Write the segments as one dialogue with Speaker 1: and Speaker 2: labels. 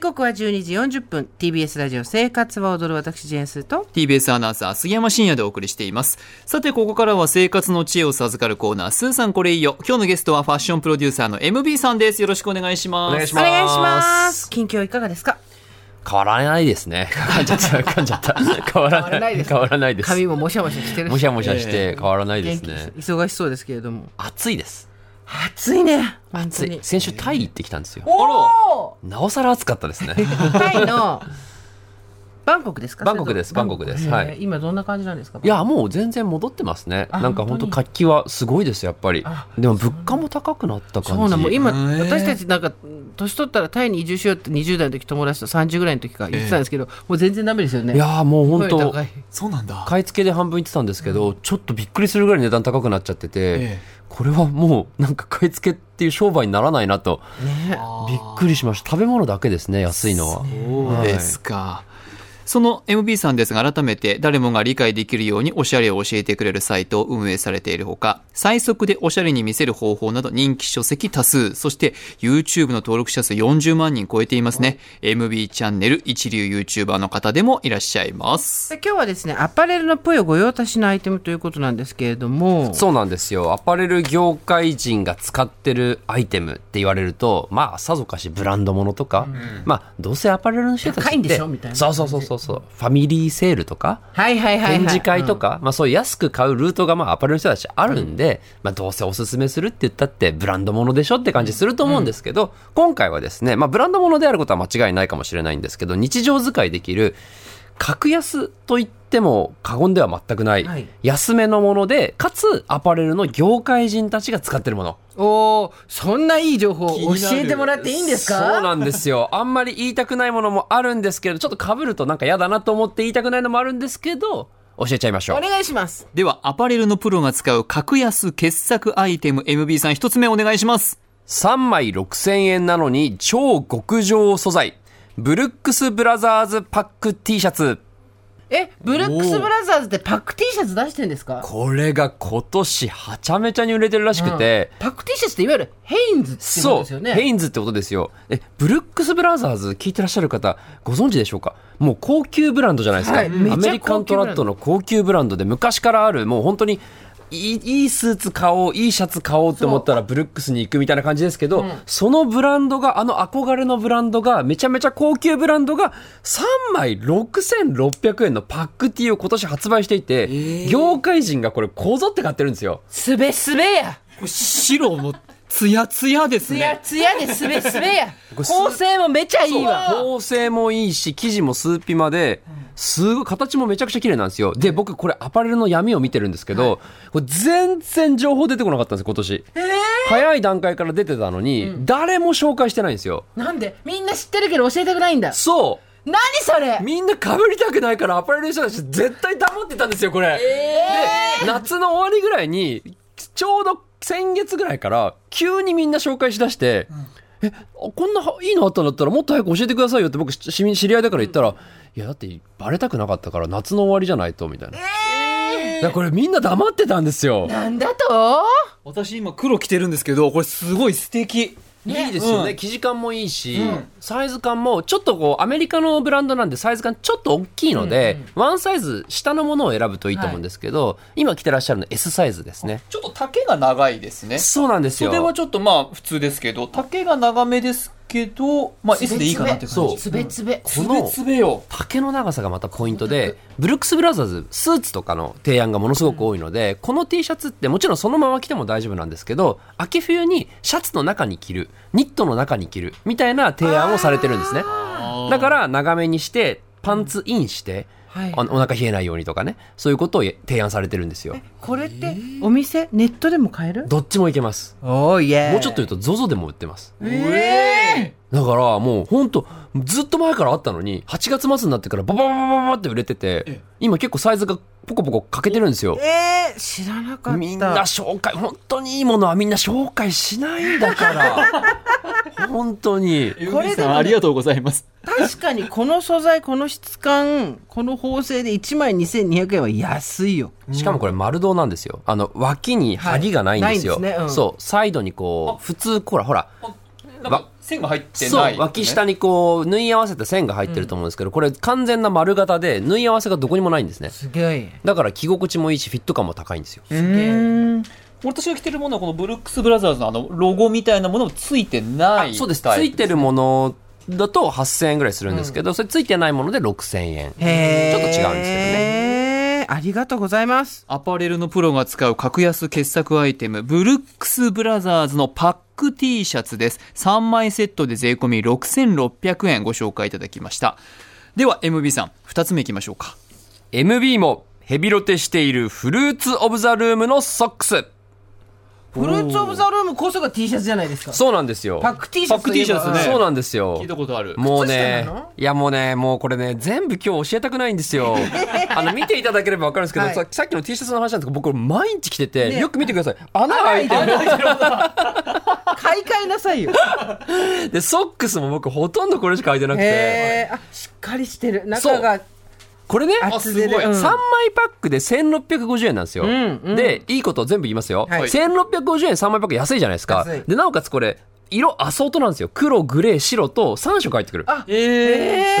Speaker 1: 刻は12時40分 TBS ラジオ生活は踊る私ジェーンスーと
Speaker 2: TBS アナウンサー杉山真也でお送りしていますさてここからは生活の知恵を授かるコーナースーさんこれいいよ今日のゲストはファッションプロデューサーの MB さんですよろしくお願いします
Speaker 3: お願いし
Speaker 1: お
Speaker 3: ます
Speaker 1: 願いします近況いかがですか
Speaker 3: 変わらないですね。 噛んじゃった、噛んじゃった。変わらない。変わらないです。
Speaker 1: 髪ももしゃもしゃしてるし
Speaker 3: もしゃもしゃして変わらないで
Speaker 1: 元
Speaker 3: す
Speaker 1: 気です
Speaker 3: ね。
Speaker 1: 忙しそうですけれども
Speaker 3: 暑いです。
Speaker 1: 暑いね本当
Speaker 3: 暑
Speaker 1: に
Speaker 3: い。先週タイ行ってきたんですよ。
Speaker 1: おお
Speaker 3: なおさら暑かったですね。
Speaker 1: タイのバンコクですか
Speaker 3: バンコクです
Speaker 1: それとも
Speaker 3: バンコクです
Speaker 1: バ
Speaker 3: はい
Speaker 1: 今どんな感じなんですか
Speaker 3: いや、もう全然戻ってますね。
Speaker 1: あ
Speaker 3: なんか
Speaker 1: 本
Speaker 3: 本
Speaker 1: 当
Speaker 3: 当
Speaker 1: に
Speaker 3: 活気はすごいです、やっぱり
Speaker 1: あ。
Speaker 3: でも物価も高くなった感じ。
Speaker 1: そうなの今、
Speaker 2: へえ
Speaker 1: 私たちなんか年取ったらタイに移住しようって20代の時友達と30ぐらいの時から言ってたんですけど、もう全然ダメですよね
Speaker 3: いやーもう本
Speaker 1: 声
Speaker 3: 当
Speaker 1: 高い
Speaker 2: そうなんだ
Speaker 3: 買い付けで半分言ってたんですけど、ちょっとびっくりするぐらい値段高くなっちゃってて、
Speaker 2: ええ
Speaker 3: これはもうなんか買い付けっていう商売にならないなと
Speaker 1: ね
Speaker 3: びっくりしました食べ物だけですね安いのは
Speaker 2: そうですか、その MB さんですが改めて誰もが理解できるようにおしゃれを教えてくれるサイトを運営されているほか最速でおしゃれに見せる方法など人気書籍多数そして YouTube の登録者数40万人超えていますね MB チャンネル一流 YouTuber の方でもいらっしゃいます
Speaker 1: で今日はですねアパレルのぽよ御用達のアイテムということなんですけれども
Speaker 3: そうなんですよアパレル業界人が使ってるアイテムって言われるとまあさぞかしブランドものとか、まあどうせアパレルの人たちって
Speaker 1: 高いんでしょみたいな
Speaker 3: そうそうそうそうそうファミリーセールとか
Speaker 1: はいはいはい、はい、
Speaker 3: 展示会とか、まあ、そういう安く買うルートがまあアパレルの人たちあるんで、まあ、どうせおすすめするって言ったってブランドものでしょって感じすると思うんですけど、今回はですね、まあ、ブランドものであることは間違いないかもしれないんですけど日常使いできる格安と言っても過言では全くない、
Speaker 1: はい
Speaker 3: 安めのものでかつアパレルの業界人たちが使ってるもの。
Speaker 1: うんおーそんないい情報教えてもらっていいんですか
Speaker 3: そうなんで すよ。あんまり言いたくないものもあるんですけど、ちょっと被るとなんか嫌だなと思って言いたくないのもあるんですけど、教えちゃいましょう
Speaker 1: お。願いします
Speaker 2: ではアパレルのプロが使う格安傑作アイテム MB さん一つ目お願いします
Speaker 3: 3枚6000円なのに超極上素材。ブルックスブラザーズパック T シャツ。
Speaker 1: えブルックスブラザーズってパック T シャツ出してるんですか
Speaker 3: これが今年はちゃめちゃに売れてるらしくて、
Speaker 1: パック T シャツっていわゆるヘインズってこと
Speaker 3: そ
Speaker 1: です
Speaker 3: う、
Speaker 1: よね
Speaker 3: ヘインズってことですよ。え、ブルックスブラザーズ聞いてらっしゃる方、ご存知でしょうかもう高級ブランドじゃないですか。
Speaker 1: はいめちゃ
Speaker 3: アメリカントラッドの高級ブランドで昔からある、もう本当に、いいいいスーツ買おう、いいシャツ買おうって思ったらブルックスに行くみたいな感じですけど、そのブランドが、あの憧れのブランドが、めちゃめちゃ高級ブランドが、3枚6600円のパック T を今年発売していて、業界人がこれこぞって買ってるんですよ。
Speaker 1: すべすべや
Speaker 2: 白もツヤツヤです
Speaker 1: つやつやですべすべや構成もめちゃいいわ
Speaker 3: 縫製もいいし生地もスーピマですごい形もめちゃくちゃ綺麗なんですよで僕これアパレルの闇を見てるんですけど、これ全然情報出てこなかったんですよ今年、早い段階から出てたのに、誰も紹介してないんですよ
Speaker 1: なんでみんな知ってるけど教えたくないんだ
Speaker 3: そ
Speaker 1: 何それ
Speaker 3: うみんな被りたくないからアパレルの人たち絶対黙ってたんですよこれ、で 夏の終わりぐらいにちょうど先月ぐらいから急にみんな紹介しだして、えあこんないいのあったんだったらもっと早く教えてくださいよって僕し知知り合いだから言ったら、いやだってバレたくなかったから夏の終わりじゃないとみたいな、だからこれみんな黙ってたんですよ
Speaker 1: なんだと
Speaker 2: 私今黒着てるんですけどこれすごい素敵
Speaker 3: いいですよね、生地感もいいし、サイズ感もちょっとこうアメリカのブランドなんでサイズ感ちょっと大きいので、ワンサイズ下のものを選ぶといいと思うんですけど、今着てらっしゃるの S サイズですね
Speaker 2: ちょっと丈が長いですね
Speaker 3: そうなんですよ
Speaker 2: 袖はちょっとまあ普通ですけど丈が長めですけどまあ S でいいかなっていう感じ
Speaker 1: つべつべ
Speaker 3: この
Speaker 2: つべよ
Speaker 3: 丈の長さがまたポイントでブルックス・ブラザーズスーツとかの提案がものすごく多いのでこの T シャツってもちろんそのまま着ても大丈夫なんですけど秋冬にシャツの中に着るニットの中に着るみたいな提案をされてるんですねだから長めにしてパンツインして、
Speaker 1: はい
Speaker 3: あのお腹冷えないようにとかねそういうことを提案されてるんですよ
Speaker 1: これってお店ネットでも買える
Speaker 3: どっちもいけます
Speaker 1: おーいえ
Speaker 3: もうちょっと言うと ZOZO でも売ってます
Speaker 1: え
Speaker 3: だからもうほんとずっと前からあったのに8月末になってからババババババって売れてて今結構サイズがポコポコ欠けてるんですよ
Speaker 1: ー、えー、知らなかった
Speaker 3: みんな紹介本当にいいものはみんな紹介しないんだから本当に
Speaker 1: これでもね
Speaker 2: ありがとうございます
Speaker 1: 確かにこの素材この質感この縫製で1枚2200円は安いよ
Speaker 3: しかもこれ丸胴なんですよあの脇に針がないんですよ、
Speaker 1: はいないんですねうん
Speaker 3: そうサイドにこう普通ほらほら
Speaker 2: なんか線が入って
Speaker 3: そ、
Speaker 2: ないう
Speaker 3: 脇下にこう、縫い合わせた線が入ってると思うんですけど、これ完全な丸型で、縫い合わせがどこにもないんですね。
Speaker 1: すげえ
Speaker 3: だから着心地もいいし、フィット感も高いんですよ。
Speaker 2: うん私が着てるものはこのブルックス・ブラザーズのあのロゴみたいなものもついてない
Speaker 3: そうです。
Speaker 2: タ
Speaker 3: つ
Speaker 2: イ
Speaker 3: い
Speaker 2: プ
Speaker 3: てるものだと8000円ぐらいするんですけど、それついてないもので6000円。ちょっと
Speaker 1: へえ
Speaker 3: 違うんですけどね。
Speaker 1: ねありがとうございます
Speaker 2: アパレルのプロが使う格安傑作アイテムブルックス・ブラザーズのパック T シャツです3枚セットで税込み6600円ご紹介いただきましたでは MB さん2つ目いきましょうか
Speaker 3: MB もヘビロテしているフルーツオブザルームのソックス。
Speaker 1: フルーツオブザルームこそが T シャツじゃないですか
Speaker 3: そうなんですよ。
Speaker 1: パック T シャツといえば
Speaker 2: パック T シャツね
Speaker 3: そうなんですよ
Speaker 2: 聞い。たことある
Speaker 3: もうね
Speaker 1: 靴下なの、
Speaker 3: いやもうね、もうこれね、全部今日教えたくないんで すよ。あの、見ていただければわかるんですけど、
Speaker 1: はい
Speaker 3: ささっきの T シャツの話なんですけど、僕毎日着てて、
Speaker 1: ね
Speaker 3: よく見てください。 穴が開いてる。
Speaker 1: 買い替えなさいよ
Speaker 3: で、ソックスも僕ほとんどこれしか履いてなくて。
Speaker 1: へえあしっかりしてる中が
Speaker 3: これね、
Speaker 1: 厚手で
Speaker 2: あすごい
Speaker 1: うん
Speaker 3: 3枚パックで1650円なんですよ、
Speaker 1: んうん
Speaker 3: でいいことを全部言いますよ、
Speaker 1: はい
Speaker 3: 1650円3枚パック安いじゃないですか
Speaker 1: 安い
Speaker 3: でなおかつこれ色アソートなんですよ黒グレー白と3色入ってくる
Speaker 1: あ
Speaker 2: えー、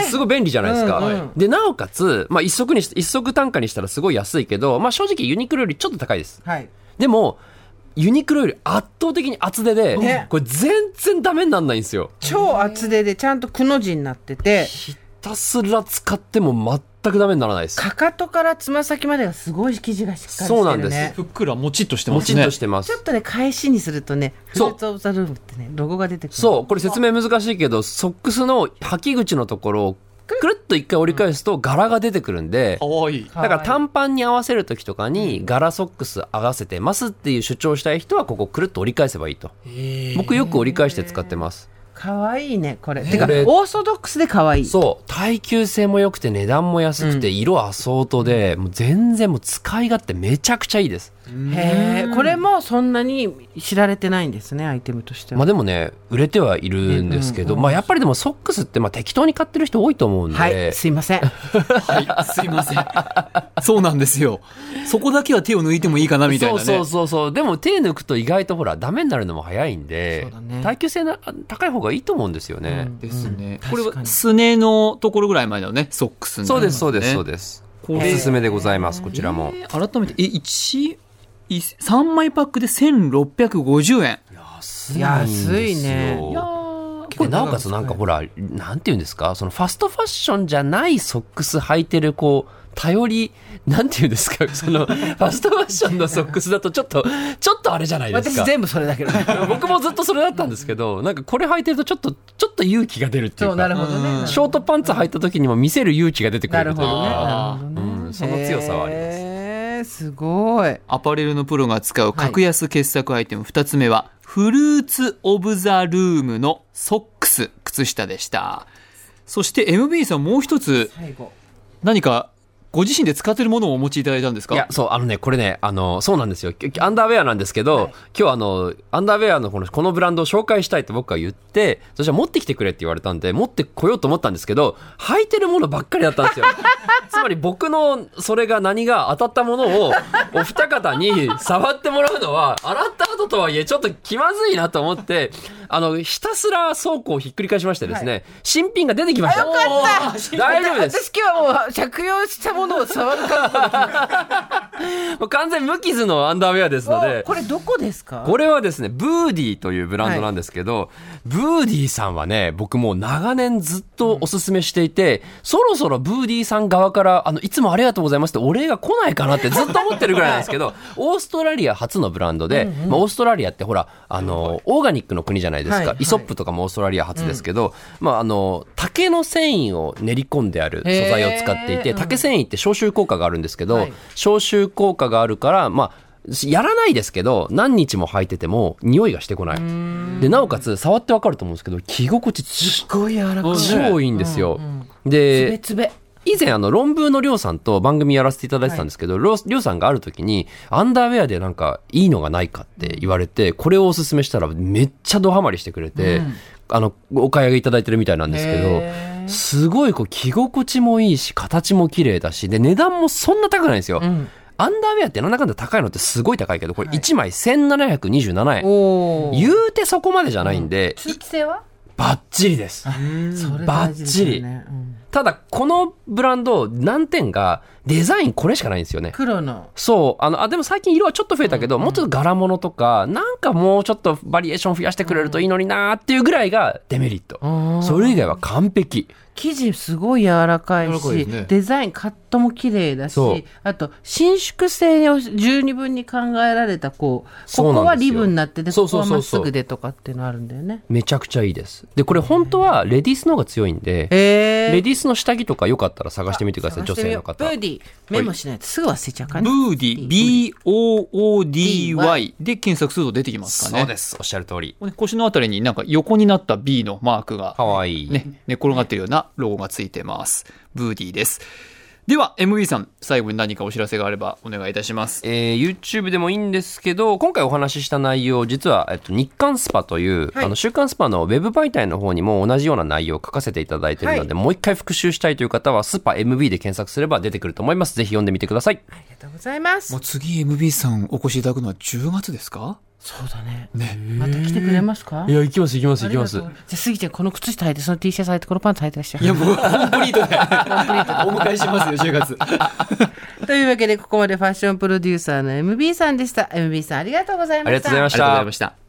Speaker 1: え
Speaker 3: すごい便利じゃないですか、
Speaker 1: うんうん
Speaker 3: はいでなおかつ、まあ、一足にし一足単価にしたらすごい安いけど、まあ、正直ユニクロよりちょっと高いです
Speaker 1: はい
Speaker 3: でもユニクロより圧倒的に厚手で、
Speaker 1: ね
Speaker 3: これ全然ダメになんないんですよ
Speaker 1: 超厚手でちゃんとくの字になってて
Speaker 3: ひたすら使っても全くダメにならないです
Speaker 1: かかとからつま先までがすごい生地がしっかりしてるね
Speaker 3: そうなんです
Speaker 2: ふっくらもちっとして
Speaker 3: も
Speaker 2: ます
Speaker 3: ちっ
Speaker 2: ね
Speaker 3: としてます
Speaker 1: ちょっとね返しにするとねフル
Speaker 3: そう
Speaker 1: ーツオブザルームってねロゴが出てくる
Speaker 3: そう、これ説明難しいけど、ソックスの履き口のところをくるっと一回折り返すと柄が出てくるんで
Speaker 2: か、わいい
Speaker 1: かわ
Speaker 3: だ
Speaker 1: いい
Speaker 3: から短パンに合わせる時とかに柄ソックス合わせてますっていう主張したい人はここくるっと折り返せばいいと。僕よく折り返して使ってます。
Speaker 1: 可愛いねこれ、てか
Speaker 3: これ
Speaker 1: オーソドックスで可愛い
Speaker 3: そう、耐久性も良くて値段も安くて色アソートで、もう全然もう使い勝手めちゃくちゃいいです。
Speaker 1: へえこれもそんなに知られてないんですねアイテムとしては、
Speaker 3: まあでもね、売れてはいるんですけど、まあやっぱりでもソックスってまあ適当に買ってる人多いと思うんで、
Speaker 1: はいすいま せん
Speaker 2: はいすいません そうなんですよそこだけは手を抜いてもいいか なみたいなね
Speaker 3: そうそうそうそうでも手抜くと意外とほらダメになるのも早いんで
Speaker 1: そうだね
Speaker 3: 耐久性な高い方がいいと思うんですよね、
Speaker 2: ですね、
Speaker 1: ん
Speaker 2: これ
Speaker 1: 確か
Speaker 2: は
Speaker 1: に
Speaker 2: すねのところぐらいまでのねソックスにな
Speaker 3: そう
Speaker 2: り
Speaker 3: で
Speaker 2: ますす
Speaker 3: そうです
Speaker 2: ね
Speaker 3: そうです、
Speaker 2: こ
Speaker 3: お
Speaker 2: れ
Speaker 3: すすめでございますこちらも、
Speaker 2: えー改めてえ一い3枚パックで1650円
Speaker 3: 安
Speaker 1: 安いね
Speaker 3: い
Speaker 2: いや
Speaker 3: やー
Speaker 2: ー
Speaker 3: これなおかつなんかほらなんていうんですかそのファストファッションじゃないソックス履いてるこう頼りなんていうんですか そのファストファッションのソックスだとちょっとちょっとあれじゃないです
Speaker 1: 私
Speaker 3: か
Speaker 1: 全部それだけど ね
Speaker 3: 僕もずっとそれだったんですけどなんかこれ履いてるとちょっとちょっと勇気が出るっていう
Speaker 1: そ
Speaker 3: か
Speaker 1: うなるほどね
Speaker 3: ショートパンツ履いた時にも見せる勇気が出てく
Speaker 1: な
Speaker 3: る
Speaker 1: る
Speaker 3: み
Speaker 1: ほ
Speaker 3: たい
Speaker 1: どね
Speaker 2: あ
Speaker 1: なる
Speaker 2: ー
Speaker 1: ほどね
Speaker 3: うんその強さはあります
Speaker 1: へえすごい
Speaker 2: アパレルのプロが使う格安傑作アイテム2つ目は、フルーツ・オブ・ザ・ルームのソックス靴下でしたそして MB さんもう一つ
Speaker 1: 最後
Speaker 2: 何かご自身で使ってるものをお持ちいただいたんですか
Speaker 3: いや、そう、あのね、これね、あの、そうなんですよ。きアンダーウェアなんですけど、今日あの、アンダーウェアのこの、このブランドを紹介したいって僕が言って、そしたら持ってきてくれって言われたんで、持ってこようと思ったんですけど、履いてるものばっかりだったんで すよ。つまり僕の、それが何が当たったものを、お二方に触ってもらうのは、洗った後とはいえ、ちょっと気まずいなと思って、あの、ひたすら倉庫をひっくり返しましてですね、新品が出てきました。大丈夫です。
Speaker 1: 私今日はもう着用したものを触るか
Speaker 3: もう完全無傷のアンダーウェアですの
Speaker 1: ら
Speaker 3: で、
Speaker 1: これどこですか
Speaker 3: これはですね、ブーディーというブランドなんですけど、ブーディーさんはね、僕もう長年ずっとおすすめしていて、そろそろブーディーさん側から、あの、いつもありがとうございますってお礼が来ないかなってずっと思ってるぐらいなんですけど、オーストラリア初のブランドで、まあ、オーストラリアってほら、あの、オーガニックの国じゃないです
Speaker 1: はいは
Speaker 3: か
Speaker 1: い。
Speaker 3: イソップとかもオーストラリア初ですけど、まあ、あの、竹の繊維を練り込んである素材を使ってい
Speaker 1: へ
Speaker 3: て、
Speaker 1: ー
Speaker 3: 竹繊維って消臭効果があるんですけど、
Speaker 1: はい
Speaker 3: 消臭効果があるから、まあ、やらないですけど、何日も履いてても、匂いがしてこない。で、なおかつ、触ってわかると思うんですけど、着心地ち、
Speaker 1: すごい柔らかい
Speaker 3: 超いいんですよ。で、
Speaker 1: 別々
Speaker 3: 以前あの論文のりょうさんと番組やらせていただいてたんですけど、りょうりょうさんがある時にアンダーウェアでなんかいいのがないかって言われて、これをおすすめしたらめっちゃドハマりしてくれて、あの、お買い上げいただいてるみたいなんですけ
Speaker 1: へ
Speaker 3: ど、すごいこう着心地もいいし、形も綺麗だし、で値段もそんな高くないんですよ。アンダーウェアってなんだかんだ高いのってすごい高いけど、これ1枚1727円。
Speaker 1: おー
Speaker 3: 言うてそこまでじゃないんで、
Speaker 4: 通気性は
Speaker 3: バッチリです。
Speaker 1: それ大事ですよね
Speaker 3: バ
Speaker 1: うん
Speaker 3: ただ、このブランド、難点が、デザインこれしかないんですよね。
Speaker 1: 黒の
Speaker 3: そう。あの、あ、でも最近色はちょっと増えたけど、もうちょっと柄物とか、なんかもうちょっとバリエーション増やしてくれるといいのになーっていうぐらいがデメリット。それ以外は完璧。
Speaker 1: 生地すごい柔らかい
Speaker 2: 柔らかい
Speaker 1: し
Speaker 2: ですね
Speaker 1: デザインカットも綺麗だ
Speaker 3: そう
Speaker 1: しあと伸縮性を十二分に考えられたこう
Speaker 3: そう
Speaker 1: こ
Speaker 3: なんですよ
Speaker 1: こはリブになってて
Speaker 3: そ
Speaker 1: こ
Speaker 3: うそ
Speaker 1: こ
Speaker 3: う
Speaker 1: は
Speaker 3: そ
Speaker 1: ま
Speaker 3: う
Speaker 1: っ
Speaker 3: そ
Speaker 1: す
Speaker 3: う
Speaker 1: ぐでとかっていうのあるんだよね
Speaker 3: めちゃくちゃいいです。で、これ本当はレディースの方が強いんで、
Speaker 1: え
Speaker 3: レディースの下着とかよかったら探してみてください、
Speaker 1: 探
Speaker 3: 女
Speaker 1: してみ
Speaker 3: 性
Speaker 1: よ
Speaker 3: の
Speaker 1: う
Speaker 3: 方
Speaker 1: ブ。ーディーメモしないとすぐ忘れちゃうから
Speaker 2: ブ
Speaker 1: ね
Speaker 2: ーディ、B-O-O-D-Y で検索すると出てきますかね。
Speaker 3: そうです。おっしゃる通り。
Speaker 2: ここね腰のあたりになんか横になった B のマークが
Speaker 3: かわいい。
Speaker 2: ね、寝転がってるようなロゴがついてます。ブーディーです。では、MB さん、最後に何かお知らせがあればお願いいたします。
Speaker 3: えー YouTube でもいいんですけど、今回お話しした内容、実は、えっと、日刊スパという、
Speaker 1: はい
Speaker 3: あの、週刊スパのウェブ媒体の方にも同じような内容を書かせていただいているので、もう一回復習したいという方は、スパ MB で検索すれば出てくると思います。ぜひ読んでみてください。
Speaker 1: ありがとうございます
Speaker 2: う次 MB さんお越しいただくのは10月ですか
Speaker 1: そうだね
Speaker 2: ね。
Speaker 1: また来てくれますか
Speaker 3: や、行きます、行きます、
Speaker 1: ありがとうじゃあ杉ちゃんこの靴下履いてその T シャツ履いてこのパンツ履いてらっしゃ
Speaker 2: い
Speaker 1: い
Speaker 2: や、もうコンプリートで。お迎えしますよ、10月。
Speaker 1: というわけでここまでファッションプロデューサーの MB さんでした MB さんありがとうございました
Speaker 3: ありがとうございました
Speaker 2: ありがとうございました。